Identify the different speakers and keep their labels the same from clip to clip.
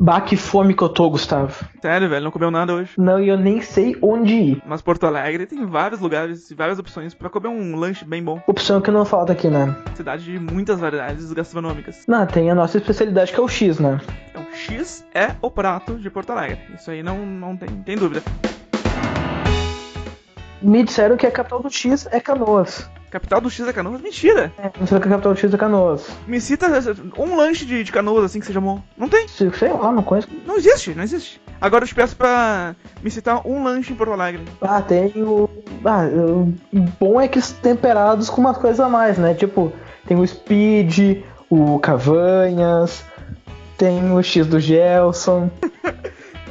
Speaker 1: Bah, que fome que eu tô, Gustavo.
Speaker 2: Sério, velho, não comeu nada hoje.
Speaker 1: Não, e eu nem sei onde ir.
Speaker 2: Mas Porto Alegre tem vários lugares e várias opções pra comer um lanche bem bom.
Speaker 1: Opção que não falta aqui, né?
Speaker 2: Cidade de muitas variedades gastronômicas.
Speaker 1: Não, tem a nossa especialidade que é o X, né?
Speaker 2: Então, X é o prato de Porto Alegre. Isso aí não, não tem, tem dúvida.
Speaker 1: Me disseram que a capital do X é Canoas.
Speaker 2: Capital do X é Canoas? Mentira!
Speaker 1: É, me disseram que a capital do X é Canoas.
Speaker 2: Me cita um lanche de, de Canoas assim que seja bom. Não tem.
Speaker 1: Se- Sei lá, não conheço.
Speaker 2: Não existe, não existe. Agora eu te peço pra me citar um lanche em Porto Alegre.
Speaker 1: Ah, tem o. Ah, o bom é que os temperados com umas coisas a mais, né? Tipo, tem o Speed, o Cavanhas, tem o X do Gelson.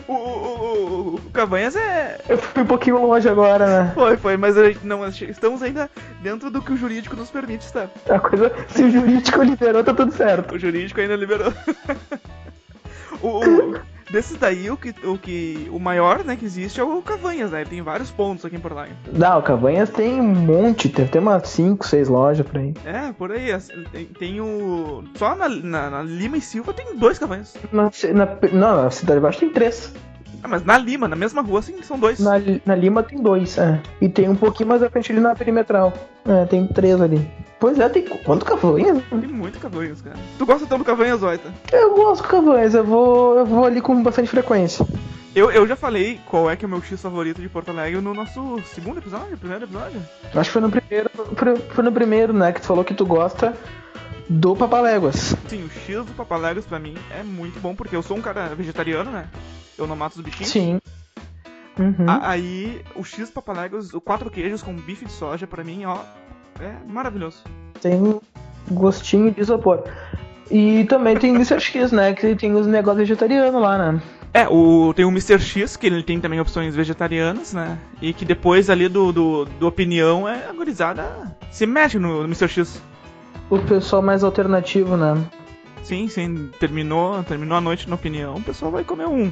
Speaker 2: O, o, o, o Cavanhas é.
Speaker 1: Eu fui um pouquinho longe agora, né?
Speaker 2: Foi, foi, mas a gente não, mas estamos ainda dentro do que o jurídico nos permite estar.
Speaker 1: A coisa, se o jurídico liberou, tá tudo certo.
Speaker 2: O jurídico ainda liberou. o, o- desses daí, o que, o que. O maior, né, que existe é o Cavanhas, né? Ele tem vários pontos aqui em Porto Alegre.
Speaker 1: Não, o Cavanhas tem um monte, tem tem umas 5, 6 lojas por aí.
Speaker 2: É, por aí. assim, Tem, tem o. Só na, na- na Lima e Silva tem dois Cavanhas.
Speaker 1: Na, ci- na- não, na Cidade Baixa tem três.
Speaker 2: Ah, mas na Lima, na mesma rua, sim, são dois.
Speaker 1: Na, na Lima tem dois, é. E tem um pouquinho mais à frente ali na Perimetral. É, tem três ali. Pois é, tem quanto Cavanhas?
Speaker 2: Tem muito Cavanhas, cara. Tu gosta então do Cavanhas, Oita?
Speaker 1: Eu gosto do Cavanhas, eu vou, eu vou ali com bastante frequência.
Speaker 2: Eu, eu já falei qual é que é o meu X favorito de Porto Alegre no nosso segundo episódio, primeiro episódio.
Speaker 1: Acho que foi no primeiro, foi- foi no primeiro, né, que tu falou que tu gosta do Papaléguas.
Speaker 2: Sim, o X do Papaléguas pra mim é muito bom, porque eu sou um cara vegetariano, né? Eu não mato os bichinhos.
Speaker 1: Sim. Uhum.
Speaker 2: A- aí, o X do Papaléguas, o quatro queijos com bife de soja, pra mim, ó, é maravilhoso.
Speaker 1: Tem um gostinho de isopor. E também tem o Mr. X, né, que tem os negócios vegetarianos lá, né.
Speaker 2: É, o, tem o Mr. X, que ele tem também opções vegetarianas, né? E que depois ali do, do, do Opinião, é, a gurizada se mete no, no Mr. X.
Speaker 1: O pessoal mais alternativo, né.
Speaker 2: Sim, sim, terminou, terminou a noite na opinião, o pessoal vai comer um,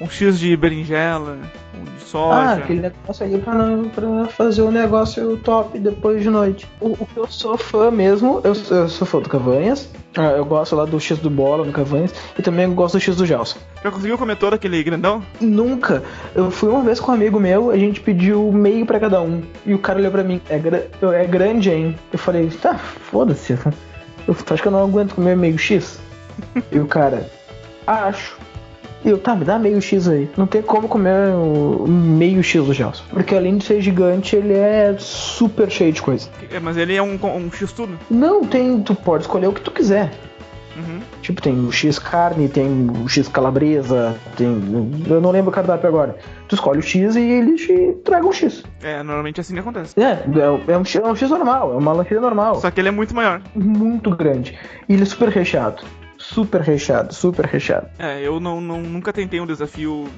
Speaker 2: um X de berinjela, um de soja.
Speaker 1: Ah, aquele negócio ali pra, não- pra fazer o negócio top depois de noite. O, o que eu sou fã mesmo, eu, eu sou fã do Cavanhas. Ah, Eu gosto lá do X do Bola, do Cavanhas. E também gosto do X do Gelson.
Speaker 2: Já conseguiu comer todo aquele grandão?
Speaker 1: Nunca. Eu fui uma vez com um amigo meu, a gente pediu meio pra cada um. E o cara olhou pra mim, é, gra- eu- é grande, hein? Eu falei, tá, foda-se. Eu acho que eu não aguento comer meio X. e o cara, acho. E eu, tá, me dá meio X aí. Não tem como comer o meio X do Gelson. Porque além de ser gigante, ele é super cheio de coisa.
Speaker 2: É, mas ele é um, co- um X tudo.
Speaker 1: Não tem, tu pode escolher o que tu quiser.
Speaker 2: Uhum.
Speaker 1: Tipo, tem o X carne, tem o X calabresa, tem. Eu não lembro o cardápio agora. Tu escolhe o X e eles te tragam o X.
Speaker 2: É, normalmente é assim que acontece.
Speaker 1: É, é, um- é um, X- é um X normal, é uma lancheira normal.
Speaker 2: Só que ele é muito maior.
Speaker 1: Muito grande. E ele é super recheado. Super recheado, super recheado.
Speaker 2: É, eu não, não- nunca tentei um desafio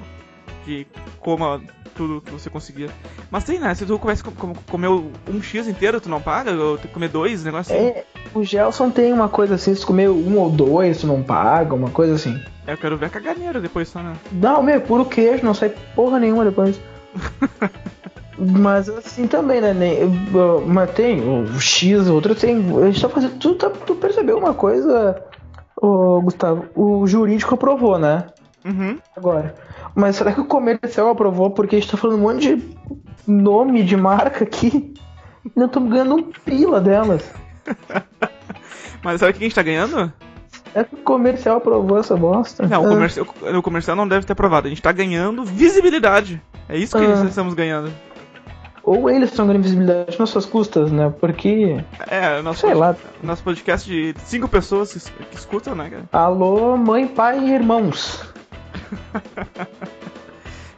Speaker 2: de coma tudo que você conseguia. Mas tem, né? Se tu começa a com- com- comer um X inteiro, tu não paga? Ou tem que comer dois, negócio assim.
Speaker 1: É, o Gelson tem uma coisa assim, se tu comer um ou dois, tu não paga, uma coisa assim.
Speaker 2: É, eu quero ver a caganeira depois só, né?
Speaker 1: Não, meu, é puro queijo, não sai porra nenhuma depois. Mas assim também, né? Nem, eu- mas tem o X, outro tem. A gente tá fazendo. Tu, tá- tu percebeu uma coisa, ô, Gustavo? O jurídico aprovou, né?
Speaker 2: Uhum.
Speaker 1: Agora. Mas será que o comercial aprovou? Porque a gente tá falando um monte de nome de marca aqui. Não estamos ganhando um pila delas.
Speaker 2: Mas sabe o que a gente tá ganhando?
Speaker 1: Será É que o comercial aprovou essa bosta?
Speaker 2: Não, o
Speaker 1: Ah.
Speaker 2: comercial, o comercial não deve ter aprovado. A gente tá ganhando visibilidade. É isso que
Speaker 1: Ah.
Speaker 2: nós estamos ganhando.
Speaker 1: Ou eles estão ganhando visibilidade nas suas custas, né? Porque.
Speaker 2: É, o nosso,
Speaker 1: Sei
Speaker 2: pod-
Speaker 1: lá.
Speaker 2: nosso podcast de cinco pessoas que, es- que escutam, né, cara?
Speaker 1: Alô, mãe, pai e irmãos.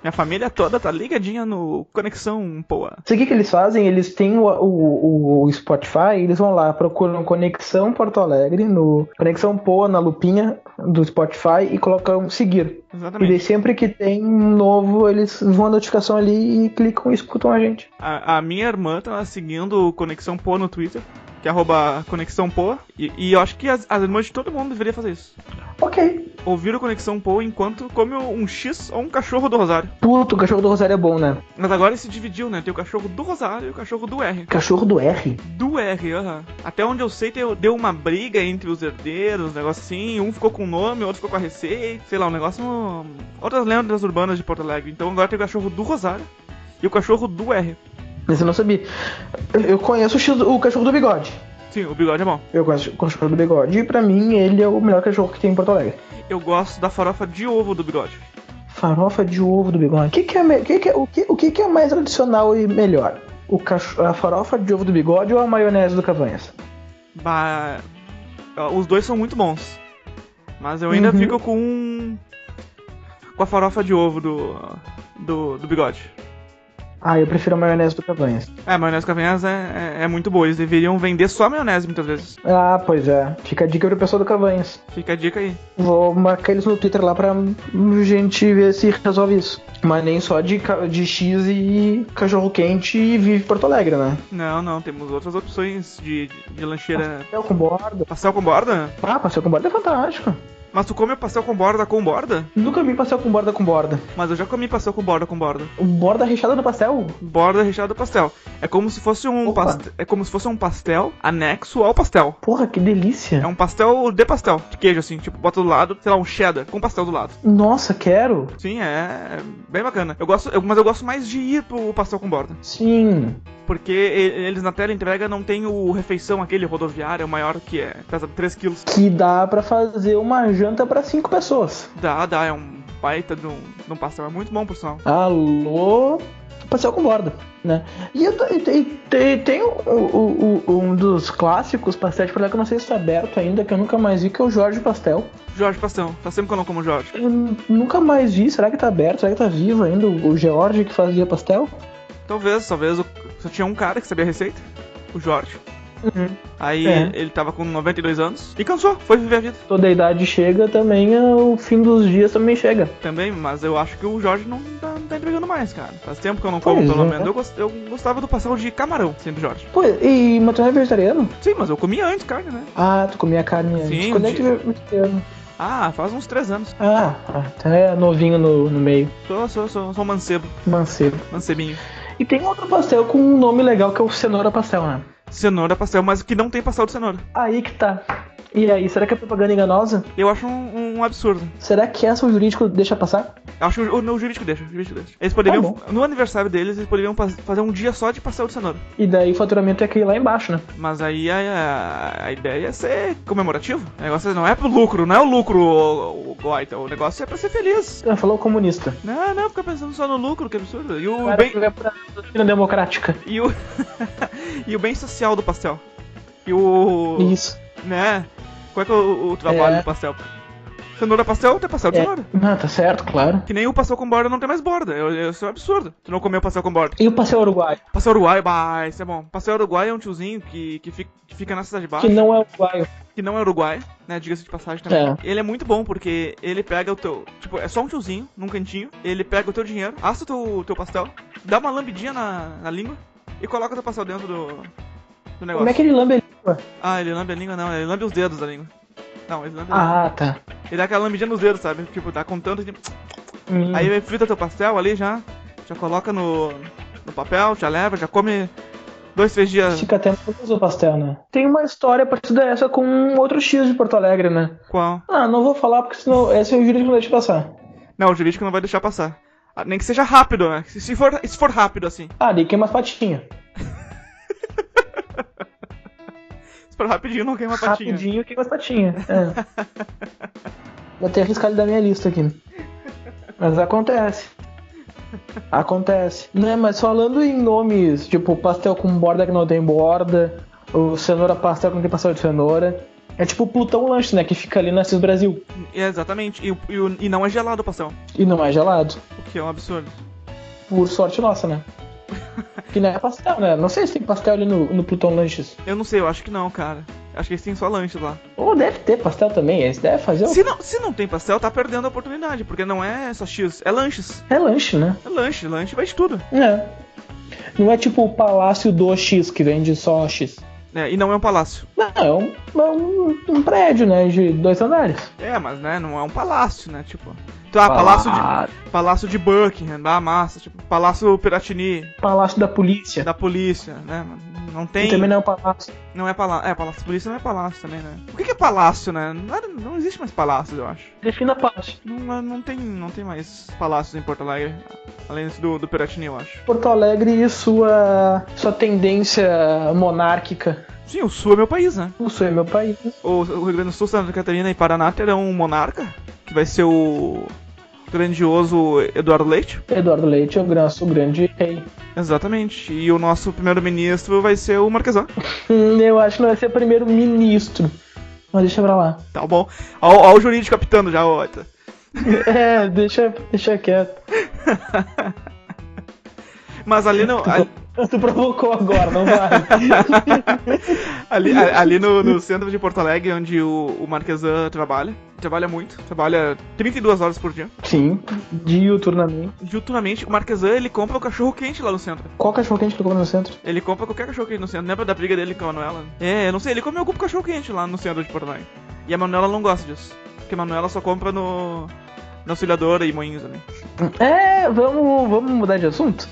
Speaker 2: Minha família toda tá ligadinha no Conexão Poa.
Speaker 1: Sabe o que, que eles fazem? Eles têm o, o, o Spotify, eles vão lá, procuram Conexão Porto Alegre, no Conexão Poa, na lupinha do Spotify e colocam seguir. E daí
Speaker 2: Exatamente.
Speaker 1: sempre que tem um novo, eles vão a notificação ali e clicam e escutam a gente.
Speaker 2: A, a minha irmã tá seguindo o Conexão Poa no Twitter. que que é arroba Conexão Pô. E, e eu acho que as, as irmãs de todo mundo deveria fazer isso.
Speaker 1: Ok.
Speaker 2: Ouvir o Conexão Pô enquanto come um X ou um cachorro do Rosário.
Speaker 1: Puto, o cachorro do Rosário é bom, né?
Speaker 2: Mas agora ele se dividiu, né? Tem o cachorro do Rosário e o cachorro do R.
Speaker 1: Cachorro do R?
Speaker 2: Do R, aham. Até onde eu sei, teu- deu uma briga entre os herdeiros, um negócio assim. Um ficou com o nome, outro ficou com a receita. Sei lá, um negócio. um- Outras lendas urbanas de Porto Alegre. Então agora tem o cachorro do Rosário e o cachorro do R.
Speaker 1: Mas eu não sabia. Eu- Eu conheço o, X- o cachorro do bigode.
Speaker 2: Sim, o bigode é bom.
Speaker 1: Eu conheço o cachorro do bigode e pra mim ele é o melhor cachorro que tem em Porto Alegre.
Speaker 2: Eu gosto da farofa de ovo do bigode.
Speaker 1: Farofa de ovo do bigode. O que, que é, me- o que que é- o que- o que que é mais tradicional e melhor? O cacho- a farofa de ovo do bigode ou a maionese do Cavanhas?
Speaker 2: Bah, ah, os dois são muito bons. Mas eu ainda
Speaker 1: Uhum.
Speaker 2: fico com. um, com a farofa de ovo do. do, do bigode.
Speaker 1: Ah, eu prefiro a maionese do Cavanhas.
Speaker 2: É, a maionese cavanhas é, é, é muito boa. Eles deveriam vender só a maionese muitas vezes.
Speaker 1: Ah, pois é. Fica a dica pro pessoal do Cavanhas.
Speaker 2: Fica a dica aí.
Speaker 1: Vou marcar eles no Twitter lá pra gente ver se resolve isso. Mas nem só de, ca- de X e cachorro quente e vive Porto Alegre, né?
Speaker 2: Não, não, temos outras opções de, de, de lancheira.
Speaker 1: Pastel com borda.
Speaker 2: Pastel com borda?
Speaker 1: Ah, pastel com borda é fantástico.
Speaker 2: Mas tu come pastel com borda com borda?
Speaker 1: Nunca vi pastel com borda com borda.
Speaker 2: Mas eu já comi pastel com borda com borda.
Speaker 1: O borda recheada do pastel?
Speaker 2: Borda recheada do pastel. É como se fosse um
Speaker 1: Opa.
Speaker 2: pastel. É como se fosse um pastel anexo ao pastel.
Speaker 1: Porra, que delícia.
Speaker 2: É um pastel de pastel, de queijo, assim, tipo, bota do lado, sei lá, um cheddar com pastel do lado.
Speaker 1: Nossa, quero.
Speaker 2: Sim, é bem bacana. Eu gosto, eu- mas eu gosto mais de ir pro pastel com borda.
Speaker 1: Sim.
Speaker 2: Porque e- eles na tela entrega não tem o refeição, aquele rodoviário maior que é, pesa 3 quilos.
Speaker 1: Que dá pra fazer uma janta pra cinco pessoas.
Speaker 2: Dá, dá, é um baita de um, de um pastel. É muito bom, por sinal.
Speaker 1: Alô? Pastel com borda, né? E, eu, tô- e, tem- tem- tem o- o- o- um dos clássicos pastéis de Porto Alegre que eu não sei se tá aberto ainda, que eu nunca mais vi, que é o Jorge Pastel.
Speaker 2: Jorge Pastel, faz tempo que eu não como Jorge.
Speaker 1: Eu n- nunca mais vi, será que tá aberto? Será que tá vivo ainda o o George que fazia pastel?
Speaker 2: Talvez, talvez, eu- só tinha um cara que sabia a receita, o Jorge. Aí
Speaker 1: É.
Speaker 2: ele tava com 92 anos e cansou, foi viver a vida
Speaker 1: Toda a idade chega também, é, o fim dos dias também chega.
Speaker 2: também, mas eu acho que o Jorge não tá, não tá entregando mais, cara. Faz tempo que eu não como,
Speaker 1: Pois
Speaker 2: pelo
Speaker 1: é.
Speaker 2: menos. Eu, gos- eu gostava do pastel de camarão, sempre Jorge.
Speaker 1: Pô, e mas tu não é vegetariano?
Speaker 2: Sim, mas eu comia antes carne, né?
Speaker 1: Ah, tu comia carne antes.
Speaker 2: Sim,
Speaker 1: Quando é
Speaker 2: um
Speaker 1: que
Speaker 2: dia.
Speaker 1: é vegetariano?
Speaker 2: Ah, faz uns três anos.
Speaker 1: Ah, até novinho no, no meio,
Speaker 2: Sou, sou, sou, sou mancebo,
Speaker 1: mancebo.
Speaker 2: mancebinho.
Speaker 1: E tem outro pastel com um nome legal que é o cenoura pastel, né?
Speaker 2: Cenoura pastel, mas que não tem pastel de cenoura.
Speaker 1: Aí que tá. E aí, será que é propaganda enganosa?
Speaker 2: Eu acho um, um absurdo.
Speaker 1: Será que essa o jurídico deixa passar?
Speaker 2: Eu acho que o, o, o jurídico deixa, o jurídico deixa. Eles poderiam,
Speaker 1: Tá
Speaker 2: no aniversário deles, eles poderiam faz- fazer um dia só de pastel de cenoura.
Speaker 1: E daí o faturamento é aquele lá embaixo, né?
Speaker 2: Mas aí a, a ideia é ser comemorativo. O negócio não é pro lucro, não é o lucro, o, o, Goita. O negócio é pra ser feliz.
Speaker 1: Ah, Falou o comunista.
Speaker 2: Não, não, fica pensando só no lucro, que absurdo. E o
Speaker 1: Cara,
Speaker 2: bem,
Speaker 1: que vai pra doutrina democrática.
Speaker 2: e o, e o bem social do pastel. E o.
Speaker 1: Isso.
Speaker 2: Né? Qual é, que é o, o trabalho
Speaker 1: É.
Speaker 2: do pastel? Cenoura pastel tem pastel de
Speaker 1: É.
Speaker 2: cenoura.
Speaker 1: Ah, tá certo, claro.
Speaker 2: Que nem o pastel com borda não tem mais borda. Eu- eu- Isso é um absurdo. Tu não comeu pastel com borda.
Speaker 1: E o pastel uruguaio,
Speaker 2: Pastel uruguaio, bah, isso é bom. Pastel uruguaio é um tiozinho que, que, fica, que fica na cidade de baixo.
Speaker 1: que não é uruguaio.
Speaker 2: que não é uruguaio, né? Diga-se de passagem também.
Speaker 1: É.
Speaker 2: Ele é muito bom porque ele pega o teu. Tipo, é só um tiozinho, num cantinho. Ele pega o teu dinheiro, assa o teu, teu pastel, dá uma lambidinha na, na língua e coloca o teu pastel dentro do, do negócio.
Speaker 1: Como é que ele lambe a língua?
Speaker 2: Ah, ele lambe a língua, não, ele lambe os dedos da língua. Não, ele lambe. a língua.
Speaker 1: Ah, tá.
Speaker 2: Ele dá aquela lambidinha nos dedos, sabe? Tipo, tá contando. Tipo,
Speaker 1: Hum.
Speaker 2: Aí ele frita teu pastel ali já, já coloca no, no papel, já leva, já come dois, três dias.
Speaker 1: Fica até muito o pastel, né? Tem uma história parecida a essa com outro X de Porto Alegre, né?
Speaker 2: Qual?
Speaker 1: Ah, não vou falar porque senão esse é o jurídico que não deixa passar.
Speaker 2: Não, o jurídico não vai deixar passar. Ah, Nem que seja rápido, né? Se se for, se for rápido assim.
Speaker 1: Ah, ali queima as patinhas.
Speaker 2: Se for rapidinho, não queima a patinha.
Speaker 1: Rapidinho queima as patinhas. É. Vou até arriscar ele da minha lista aqui. Mas acontece. Acontece. Né, mas falando em nomes, tipo pastel com borda que não tem borda, o cenoura pastel que não tem pastel de cenoura. É tipo o Plutão Lanche, né? Que fica ali na Assis Brasil.
Speaker 2: É, exatamente. E, o- e o- e não é gelado o pastel.
Speaker 1: E não é gelado.
Speaker 2: O que é um absurdo.
Speaker 1: Por sorte nossa, né? Que não é pastel, né? Não sei se tem pastel ali no, no Plutão Lanches.
Speaker 2: Eu não sei, eu acho que não, cara. Acho que eles têm só lanches lá.
Speaker 1: Ou deve ter pastel também, eles devem fazer.
Speaker 2: Se não, se não tem pastel, tá perdendo a oportunidade, porque não é só X, é lanches.
Speaker 1: É lanche, né?
Speaker 2: É lanche, lanche vai de tudo.
Speaker 1: É. Não é tipo o Palácio do X que vende só X.
Speaker 2: É, e não é um palácio.
Speaker 1: Não, é um, é um- um prédio, né? De dois andares.
Speaker 2: É, mas né, não é um palácio, né? Tipo. Tá, palácio de,
Speaker 1: Pala-
Speaker 2: palácio de Buckingham, da massa, tipo, palácio Piratini,
Speaker 1: Palácio da polícia.
Speaker 2: da polícia, né? Não
Speaker 1: Que
Speaker 2: tem.
Speaker 1: também não é um palácio.
Speaker 2: Não é palácio. É, palácio de polícia não é palácio também, né? O que, que é palácio, né? Não, era- não existe mais palácio, eu acho.
Speaker 1: Defina palácio.
Speaker 2: Não, não, tem, não tem mais palácios em Porto Alegre, além desse do, do Piratini, eu acho.
Speaker 1: Porto Alegre e sua, sua tendência monárquica.
Speaker 2: Sim, o Sul é meu país, né?
Speaker 1: O sul é meu país.
Speaker 2: O, o Rio Grande do Sul, Santa Catarina e Paraná terão um monarca, que vai ser o grandioso Eduardo Leite.
Speaker 1: Eduardo Leite é o gran- o grande rei.
Speaker 2: Exatamente. E o nosso primeiro-ministro vai ser o Marquesã.
Speaker 1: Hum, eu acho que não vai ser primeiro-ministro. Mas deixa pra lá.
Speaker 2: Tá bom. Ó, ó o jurídico captando já, ó.
Speaker 1: É, deixa, deixa quieto.
Speaker 2: Mas ali no, ali,
Speaker 1: Tu provocou agora, não vale.
Speaker 2: ali, a- ali no, no centro de Porto Alegre, onde o, o Marquesã trabalha, trabalha muito, trabalha 32 horas por dia.
Speaker 1: Sim, diuturnamente.
Speaker 2: Diuturnamente, o Marquesã ele compra o cachorro quente lá no centro.
Speaker 1: Qual cachorro quente que tu come no centro?
Speaker 2: Ele compra qualquer cachorro quente no centro. Lembra da briga dele com a Manuela? É, eu não sei, ele come algum cachorro quente lá no centro de Porto Alegre. E a Manuela não gosta disso. Porque a Manuela só compra no. Na auxiliadora e moinhos ali.
Speaker 1: É, vamos, vamos mudar de assunto?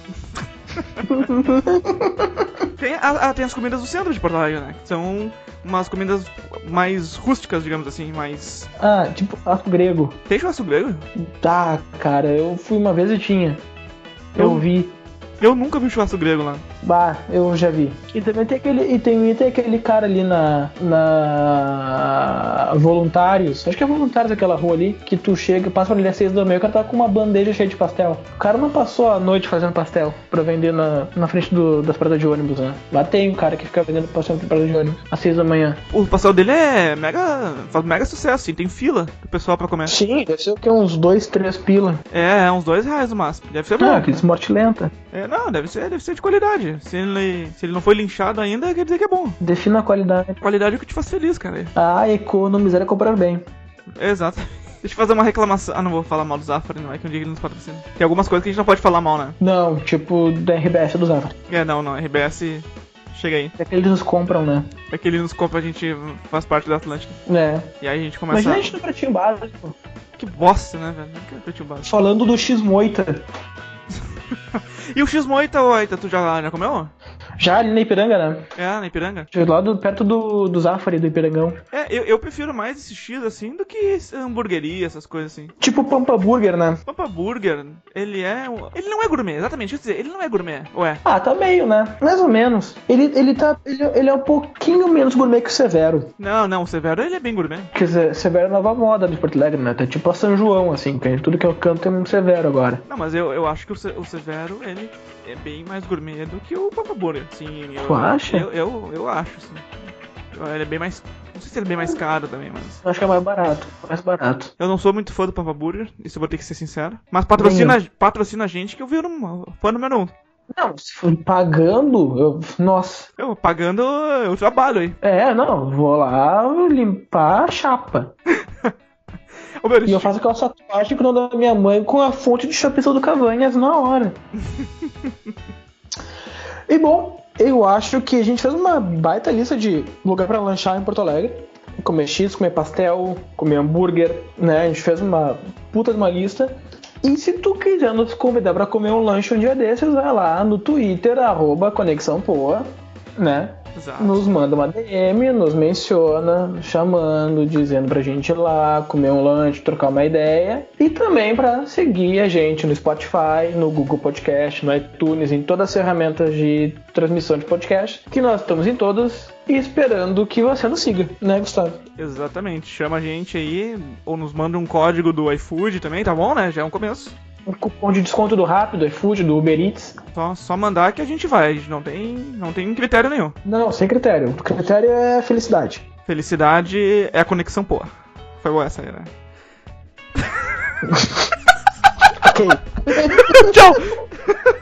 Speaker 2: Tem, a, a- tem as comidas do centro de Porto Alegre, né? Que São umas comidas mais rústicas, digamos assim, mais.
Speaker 1: Ah, tipo, arco grego.
Speaker 2: Tem churrasco grego?
Speaker 1: Tá, cara, eu fui uma vez e tinha. Eu
Speaker 2: Eu-
Speaker 1: vi.
Speaker 2: Eu nunca vi um churrasco grego lá.
Speaker 1: Bah, eu já vi. E também tem aquele, e tem, e tem aquele cara ali na, na Voluntários, acho que é Voluntários aquela rua ali, que tu chega, passa pra ele às seis da manhã, o cara tá com uma bandeja cheia de pastel. O cara não passou a noite fazendo pastel pra vender na, na frente do- das paradas de ônibus, né? Lá tem um cara que fica vendendo pastel na parada de ônibus às seis da manhã.
Speaker 2: O pastel dele é mega. faz mega sucesso, assim, tem fila do pessoal pra comer.
Speaker 1: Sim, deve ser o que? Uns dois, três pila.
Speaker 2: É, é uns dois reais no máximo. Deve ser bom.
Speaker 1: Ah, que morte lenta.
Speaker 2: É, não, deve ser, deve ser de qualidade. Se ele, se ele não foi linchado ainda, quer dizer que é bom.
Speaker 1: Defina a qualidade.
Speaker 2: Qualidade é o que te faz feliz, cara.
Speaker 1: Ah, economizar é comprar bem.
Speaker 2: Exato. Deixa eu fazer uma reclamação. Ah, não vou falar mal do Zafari, não é que um dia ele nos patrocina. Tem algumas coisas que a gente não pode falar mal, né?
Speaker 1: Não, tipo da RBS do Zafra.
Speaker 2: É, não, não. RBS, chega aí.
Speaker 1: É que eles nos compram, né?
Speaker 2: É que ele nos compra, a gente faz parte da Atlântica.
Speaker 1: É.
Speaker 2: E aí a gente começa.
Speaker 1: Imagina a gente no pretinho básico.
Speaker 2: Que bosta, né, velho? Não quero ter tio baixo.
Speaker 1: Falando do X-Moita.
Speaker 2: E o X-Moita, Oita, tu já, já comeu?
Speaker 1: Já ali na Ipiranga, né?
Speaker 2: É, na Ipiranga?
Speaker 1: Lá do, perto do, do Zafari, do Ipirangão.
Speaker 2: É, eu, eu prefiro mais esse X assim do que esse hamburgueria, essas coisas assim.
Speaker 1: Tipo Pampa Burger, né?
Speaker 2: Pampa Burger, ele é. um- Ele não é gourmet, exatamente. Quer dizer, ele não é gourmet. Ué.
Speaker 1: Ah, tá meio, né? Mais ou menos. Ele, ele, tá, ele, ele é um pouquinho menos gourmet que o Severo.
Speaker 2: Não, não, o Severo ele é bem gourmet.
Speaker 1: Quer dizer, Severo é a nova moda de Porto Alegre, né? Tá tipo a São João, assim. Que tudo que eu canto tem um Severo agora.
Speaker 2: Não, mas eu, eu acho que o, Se- o Severo, ele é bem mais gourmet do que o Pampa Burger. Sim, eu.
Speaker 1: Tu acha?
Speaker 2: Eu, eu, eu acho, sim. Eu- Ele é bem mais. Não sei se ele é bem mais caro também, mas.
Speaker 1: Eu Acho que é mais barato. Mais barato.
Speaker 2: Eu não sou muito fã do Pampa Burger, isso eu vou ter que ser sincero. Mas patrocina, patrocina a gente que eu viro um fã número um.
Speaker 1: Não, se for pagando, eu. Nossa.
Speaker 2: Eu pagando, eu trabalho aí.
Speaker 1: É, não, vou lá limpar a chapa.
Speaker 2: Ô, meu,
Speaker 1: E eu
Speaker 2: deixa,
Speaker 1: faço aquela tatuagem com o nome da minha mãe com a fonte de Chapecó do Cavanhas na hora. e bom, eu acho que a gente fez uma baita lista de lugar pra lanchar em Porto Alegre. Comer X, comer pastel, comer hambúrguer, né? A gente fez uma puta de uma lista. E se tu quiser nos convidar pra comer um lanche um dia desses, vai lá no Twitter, arroba Conexão Poa, né?
Speaker 2: Exato.
Speaker 1: Nos manda uma DM, nos menciona, chamando, dizendo pra gente ir lá, comer um lanche, trocar uma ideia. E também pra seguir a gente no Spotify, no Google Podcast, no iTunes, em todas as ferramentas de transmissão de podcast, que nós estamos em todas e esperando que você nos siga, né, Gustavo?
Speaker 2: Exatamente. Chama a gente aí, ou nos manda um código do iFood também, tá bom, né? Já é um começo.
Speaker 1: O cupom de desconto do Rápido, do iFood, do Uber Eats.
Speaker 2: Só, só mandar que a gente vai, a gente não tem, não tem critério nenhum.
Speaker 1: Não, sem critério. O critério é felicidade.
Speaker 2: Felicidade é a conexão, pô. Foi boa essa aí, né?
Speaker 1: Ok.
Speaker 2: Tchau!